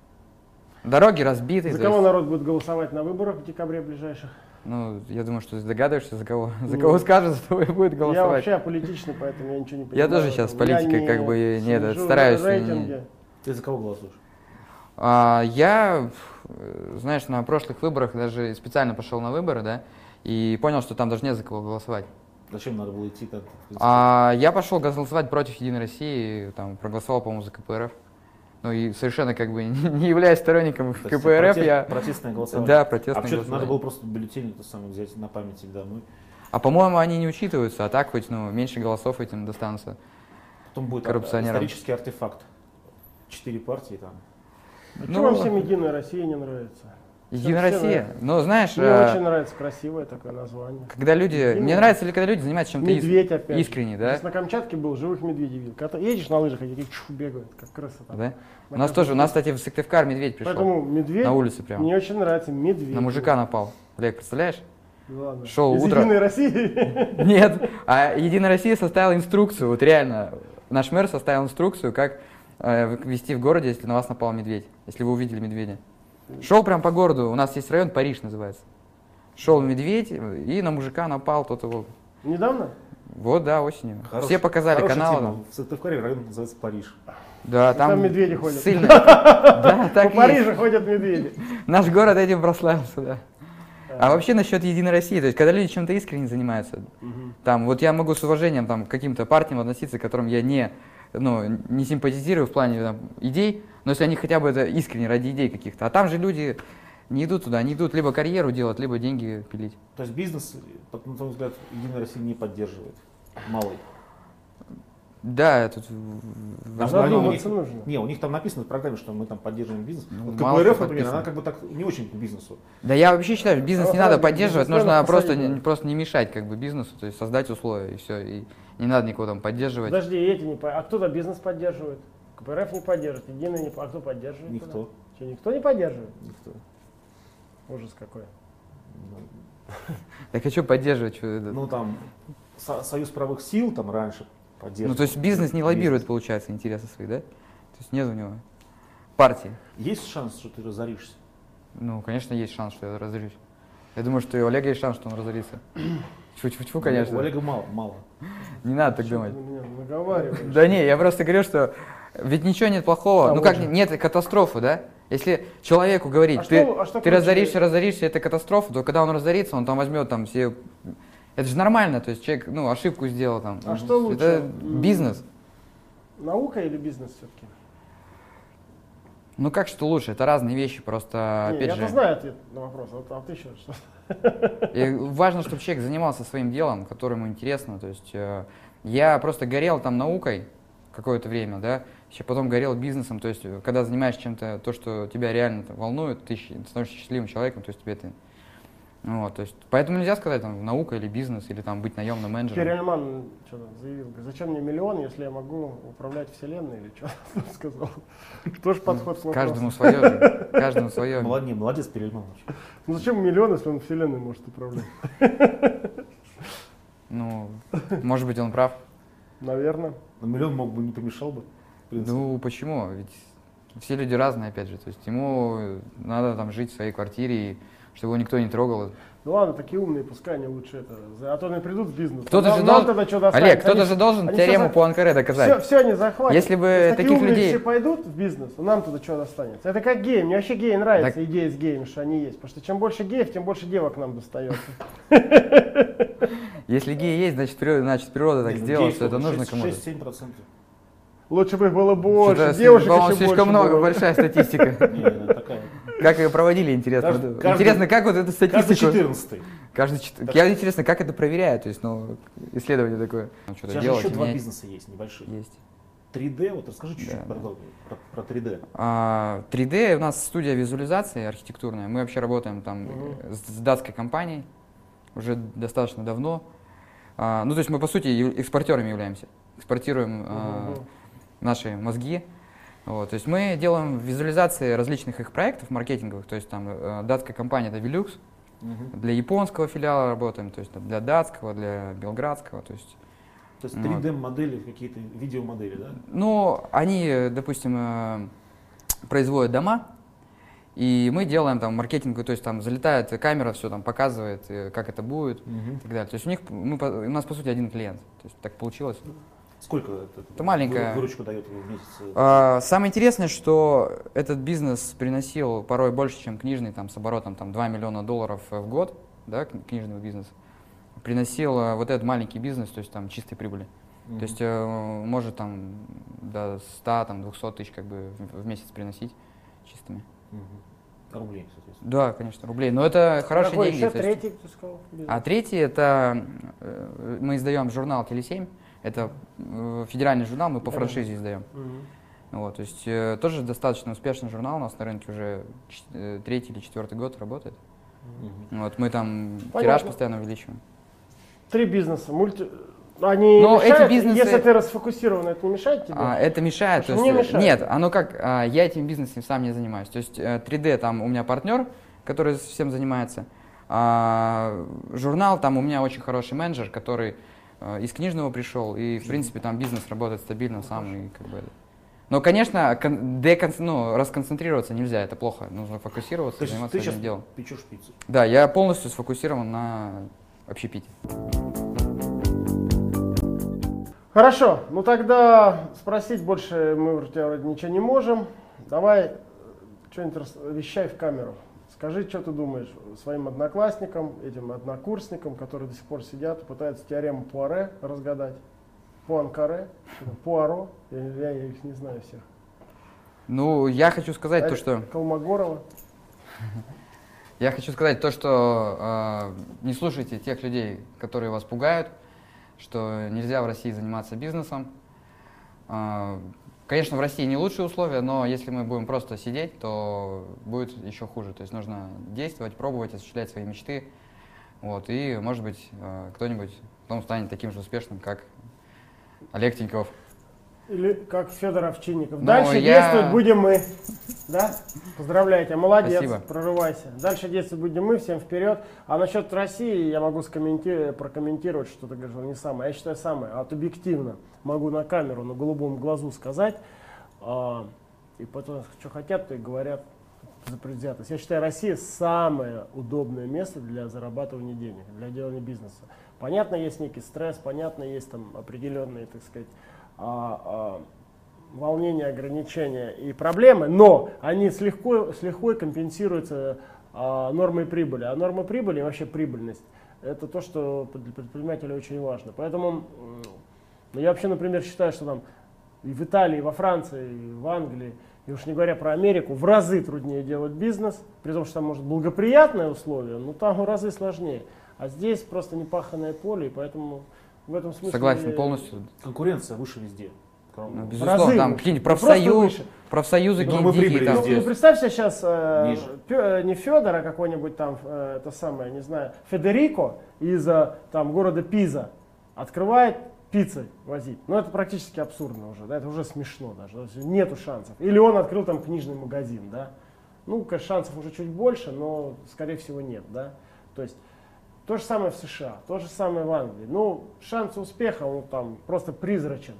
Дороги разбиты, За то кого есть, народ будет голосовать на выборах в декабре ближайших? ну, я думаю, что ты догадываешься, за кого, за Ну, кого скажут, за того и будет Я голосовать. вообще аполитичный, поэтому я ничего не Я понимаю. тоже сейчас в этом. политикой Я как бы не слежу этот, за стараюсь, не- рейтинги. Ты за кого голосуешь? А, я, э, знаешь, на прошлых выборах даже специально пошел на выборы, да, и понял, что там даже не за кого голосовать. Зачем надо было идти так? А, я пошел голосовать против Единой России, там, проголосовал, по-моему, за КПРФ. Ну и совершенно как бы не являясь сторонником То есть КПРФ, протест- я... Протестное голосование. Да, протестное А вообще-то надо голосование. было просто бюллетень это самое взять на ну, памяти домой. А по-моему, они не учитываются, а так хоть, ну, меньше голосов этим достанутся. Потом будет а, Коррупционерам. исторический артефакт. Четыре партии там. А Ну, чё вам всем Единая Россия не нравится? Единая Всё- всё Россия. нравится. Ну, знаешь, Мне э, очень нравится красивое такое название. когда люди... Единая. Мне нравится, ли, когда люди занимаются чем-то ис- Медведь опять. же. искренне, Я да? сейчас на Камчатке был, живых медведей видел. Когда едешь на лыжах, они такие чу, бегают, как крысы там. да? У На нас каждом тоже, у нас, шагу. кстати, в Сыктывкар медведь пришел. Поэтому медведь На улице прям. мне очень нравится. Медведь. На мужика напал. Олег, представляешь? Ну ладно. Шоу Из «Утро». Единой России. Нет, а Единая Россия составила инструкцию, вот реально, наш мэр составил инструкцию, как э, вести в городе, если на вас напал медведь, если вы увидели медведя. Шел прям по городу, у нас есть район, Париж называется. Шел медведь э, и на мужика напал, тот его... Недавно? Вот, да, осенью. Хорош- Все показали хорошая канал. тема. В Сыктывкаре район называется Париж. Да, там, там медведи ходят. сильно. Да, По так и есть. Парижу ходят медведи. Наш город этим прославился, да. А Да. вообще насчет Единой России, то есть когда люди чем-то искренне занимаются, Мгм. Там, вот я могу с уважением там, к каким-то партиям относиться, к которым я не, ну, не симпатизирую в плане там, идей, но если они хотя бы это искренне ради идей каких-то. А там же люди не идут туда, они идут либо карьеру делать, либо деньги пилить. То есть бизнес, под- на твой взгляд, Единая Россия не поддерживает. Малый. Да, я тут... в- Там в- Надо они- задуматься у них- нужно. Не, у них там написано в программе, что мы там поддерживаем бизнес. Ну, вот мало КПРФ, кто например, подписан. она как бы так не очень к бизнесу. Да я вообще считаю, бизнес не А, надо да, поддерживать, бизнесменов нужно просто посадить, не, да. просто не мешать как бы бизнесу, то есть создать условия и все, и не надо никого там поддерживать. Подожди, и эти не по- А кто-то бизнес поддерживает? КПРФ не поддерживает, Единая не по- А кто поддерживает? тогда? Никто. Чё, никто не поддерживает? Никто. Ужас какой. Ну, Я хочу поддерживать. э, чё это. Ну, там, со- Союз правых сил там раньше поддерживал. ну, то есть бизнес не лоббирует, получается, интересы свои, да? То есть нет у него партии. Есть шанс, что ты разоришься? Ну, конечно, есть шанс, что я разорюсь. Я думаю, что и у Олега есть шанс, что он разорится. Чу-чу-чу, Ну, конечно. У Олега мало, мало. Не надо так Чё ты думать. на меня наговариваешь? Да не, я просто говорю, что ведь ничего нет плохого. Да, ну как, очень. нет катастрофы, да? Если человеку говорить, А ты, что- а что ты ключевое? разоришься, разоришься, это катастрофа, то когда он разорится, он там возьмет там все... Это же нормально, то есть человек, ну, ошибку сделал там. А что лучше? Это М. бизнес. Наука или бизнес все-таки? Ну как что лучше, это разные вещи, просто, А, опять Я-то же, знаю ответ на вопрос, а, а ты еще что? и важно, чтобы человек занимался своим делом, которое ему интересно, то есть э, я просто горел там наукой какое-то время, да, еще потом горел бизнесом, то есть э, когда занимаешься чем-то, то, что тебя реально там волнует, ты щи- становишься счастливым человеком, то есть тебе это... ну Вот, то есть, поэтому нельзя сказать, там, наука или бизнес, или там быть наемным менеджером. Перельман что-то заявил, говорит, зачем мне миллион, если я могу управлять вселенной или что сказал? Тоже подход к вопросу. Каждому свое, же, каждому свое. Молодец, молодец, Перельманович. Ну зачем миллион, если он вселенной может управлять? Ну, может быть, он прав. Наверное. Ну, Миллион мог бы не помешал бы. в принципе. Ну, почему? Ведь все люди разные, опять же. То есть ему надо там жить в своей квартире, и чтобы его никто не трогал. Ну ладно, такие умные, пускай они лучше это. за- А то они придут в бизнес. Кто-то Нам- же нам должен, тогда что достанется? Олег, кто-то Они же должен они теорему всё за- по Анкаре доказать. Все, все они захватят. Если бы Если таких умные людей- все пойдут в бизнес, а нам тогда что достанется? Это как геи. Мне вообще геи нравятся, Так- идея с геями, что они есть. Потому что чем больше геев, тем больше девок нам достается. Если геи есть, значит природа, значит, природа так Нет, ну, сделала, геев что это сколько? нужно Шесть- кому-то. 6-7%. Лучше бы их было Что-то, больше, девушек по-моему, еще больше слишком много, было. большая статистика. Не, не, такая. Как ее проводили, интересно. Каждый- Вот каждый- Интересно, как вот эту Каждый статистику... 14 Каждый чет- Я интересно, как это проверяют, то есть, ну, исследование такое. Ну, У что-то тебя же делать, еще два менять. бизнеса есть небольшие. Есть. 3D, вот расскажи чуть-чуть про, Да, про- про 3D. А, 3D у нас студия визуализации архитектурная. Мы вообще работаем там э, с, с датской компанией уже достаточно давно. А, ну, то есть мы, по сути, ю- экспортерами являемся. Экспортируем а, Мгм. наши мозги. Вот, то есть мы делаем визуализации различных их проектов маркетинговых. То есть там э, датская компания это Velux. Для японского филиала работаем, то есть там, для датского, для белградского. То есть То есть Ну, 3D-модели, какие-то видеомодели, да? Ну, они, э, допустим, э, производят дома, и мы делаем там маркетинг, то есть там залетает камера, все там показывает, э, как это будет и так далее. То есть у них, п- мы, по- у нас по сути один клиент, то есть так получилось. Сколько это, Это маленькая. вы- выручку дает в месяц? А, самое интересное, что этот бизнес приносил порой больше, чем книжный, там с оборотом там 2 миллиона долларов э, в год, да, кни- книжного бизнеса, приносил э, вот этот маленький бизнес, то есть там чистой прибыли. Мгм. То есть э, может там до 100, там 200 тысяч как бы в в месяц приносить чистыми. Мгм. Рублей, соответственно. Да, конечно, рублей. Но это хорошие Какой А, деньги. еще то есть. третий, ты сказал, бизнес? А третий это э, мы издаем журнал Телесемь. Это э, федеральный журнал, мы по франшизе издаем. Мгм. Вот, то есть э, тоже достаточно успешный журнал у нас на рынке уже ч- э, третий или четвертый год работает. Мгм. Вот мы там тираж Понятно. постоянно увеличиваем. Три бизнеса. Мульти... Они Но мешают, Ну, эти бизнесы- если ты расфокусирован, это не мешает тебе? А, это мешает. Потому что то есть, э, мне мешает. Нет, оно как, а, я этим бизнесом сам не занимаюсь. То есть э, 3D там у меня партнер, который всем занимается. А, журнал там у меня очень хороший менеджер, который э, из книжного пришел, и в принципе там бизнес работает Ну, стабильно сам. И, как бы, это. но, конечно, кон- декон- ну, расконцентрироваться нельзя, это плохо. Нужно фокусироваться, То есть заниматься ты одним сейчас делом. печешь пиццу. Да, я полностью сфокусирован на общепите. Хорошо, ну тогда спросить больше мы у тебя вроде ничего не можем. Давай э, что-нибудь рас- вещай в камеру. Скажи, что ты думаешь своим одноклассникам, этим однокурсникам, которые до сих пор сидят, пытаются теорему Пуаре разгадать. Пуанкаре, что-то, Пуаро, я, я их не знаю всех. Ну, я хочу сказать то, Э, что... Колмогорова. Я хочу сказать то, что э, не слушайте тех людей, которые вас пугают, что нельзя в России заниматься бизнесом. Э, конечно, в России не лучшие условия, но если мы будем просто сидеть, то будет еще хуже. То есть нужно действовать, пробовать, осуществлять свои мечты. Вот, и, может быть, э, кто-нибудь потом станет таким же успешным, как Олег Тиньков. Или как Федор Овчинников. Ну, Дальше я- действовать будем мы. Да? Поздравляю тебя, молодец, Спасибо. прорывайся. Дальше действовать будем мы, всем вперед. А насчет России я могу скомменти- прокомментировать, что ты говорил не самое. Я считаю самое, а вот объективно могу на камеру, на голубом глазу сказать. А, и потом, что хотят, то и говорят за предвзятость. Я считаю, Россия самое удобное место для зарабатывания денег, для делания бизнеса. Понятно, есть некий стресс, понятно, есть там определенные, так сказать, а, а, волнения, ограничения и проблемы, но они слегка, слегка компенсируются а, нормой прибыли. А норма прибыли и вообще прибыльность – это то, что для предпринимателя очень важно. Поэтому м, ну, я вообще, например, считаю, что там и в Италии, и во Франции, и в Англии, и уж не говоря про Америку, в разы труднее делать бизнес, при том, что там может благоприятные условия, но там в разы сложнее. А здесь просто непаханное поле, и поэтому в этом смысле... Согласен э, полностью. Конкуренция выше везде. Ну, Кроме- безусловно, разы там выше. какие-нибудь Ну, просто профсоюз, выше. Ну, профсоюзы, какие-нибудь мы дикие прибыли там. Ну, везде. ну, представь себе сейчас э, Ниже. Пё- э, не Федора, а какой-нибудь там, э, это самое, не знаю, Федерико из э, там, города Пиза открывает пиццы возить. Ну, это практически абсурдно уже, да, это уже смешно даже, то есть нету шансов. Или он открыл там книжный магазин, да. Ну, конечно, шансов уже чуть больше, но, скорее всего, нет, да. То есть то же самое в США, то же самое в Англии. Ну, шанс успеха, он там просто призрачен.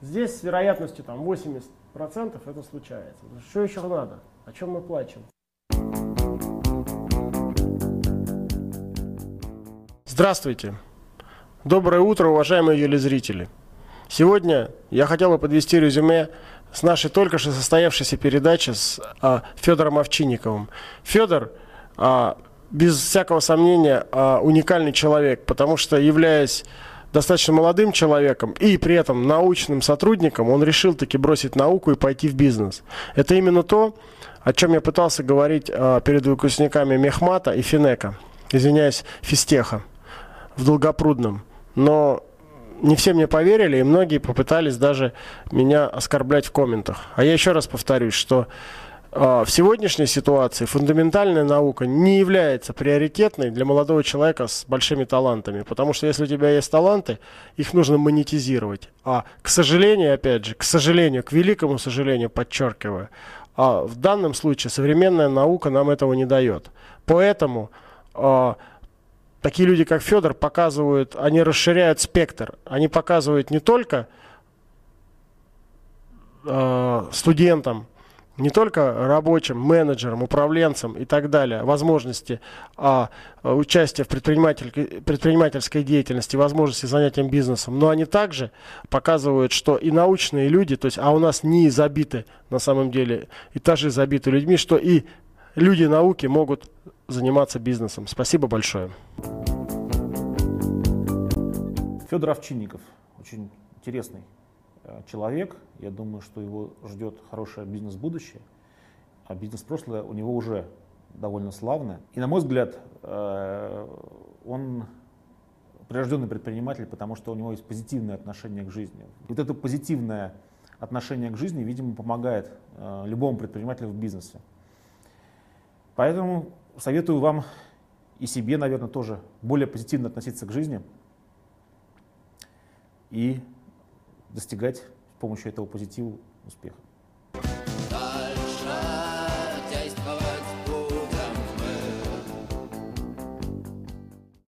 Здесь с вероятностью там 80% это случается. Что еще надо? О чем мы плачем? Здравствуйте. Доброе утро, уважаемые юлизрители. Сегодня я хотел бы подвести резюме с нашей только что состоявшейся передачи с а, Федором Овчинниковым. Федор, а, без всякого сомнения, а, уникальный человек, потому что, являясь достаточно молодым человеком и при этом научным сотрудником, он решил таки бросить науку и пойти в бизнес. Это именно то, о чем я пытался говорить а, перед выпускниками Мехмата и Финека, извиняюсь, Фистеха в Долгопрудном. Но не все мне поверили, и многие попытались даже меня оскорблять в комментах. А я еще раз повторюсь, что а, в сегодняшней ситуации фундаментальная наука не является приоритетной для молодого человека с большими талантами, потому что если у тебя есть таланты, их нужно монетизировать. А, к сожалению, опять же, к сожалению, к великому сожалению, подчеркиваю, а, в данном случае современная наука нам этого не дает. Поэтому а, такие люди, как Федор, показывают, они расширяют спектр. Они показывают не только э, студентам, не только рабочим, менеджерам, управленцам и так далее, возможности а, э, участия в предприниматель- предпринимательской деятельности, возможности занятием бизнесом, но они также показывают, что и научные люди, то есть, а у нас не забиты на самом деле, этажи забиты людьми, что и люди науки могут заниматься бизнесом. Спасибо большое. Федор Овчинников очень интересный э, человек. Я думаю, что его ждет хорошее бизнес-будущее. А бизнес-прошлое у него уже довольно славное. И, на мой взгляд, э, он прирожденный предприниматель, потому что у него есть позитивное отношение к жизни. И вот это позитивное отношение к жизни, видимо, помогает э, любому предпринимателю в бизнесе. Поэтому советую вам и себе, наверное, тоже более позитивно относиться к жизни и достигать с помощью этого позитива успеха.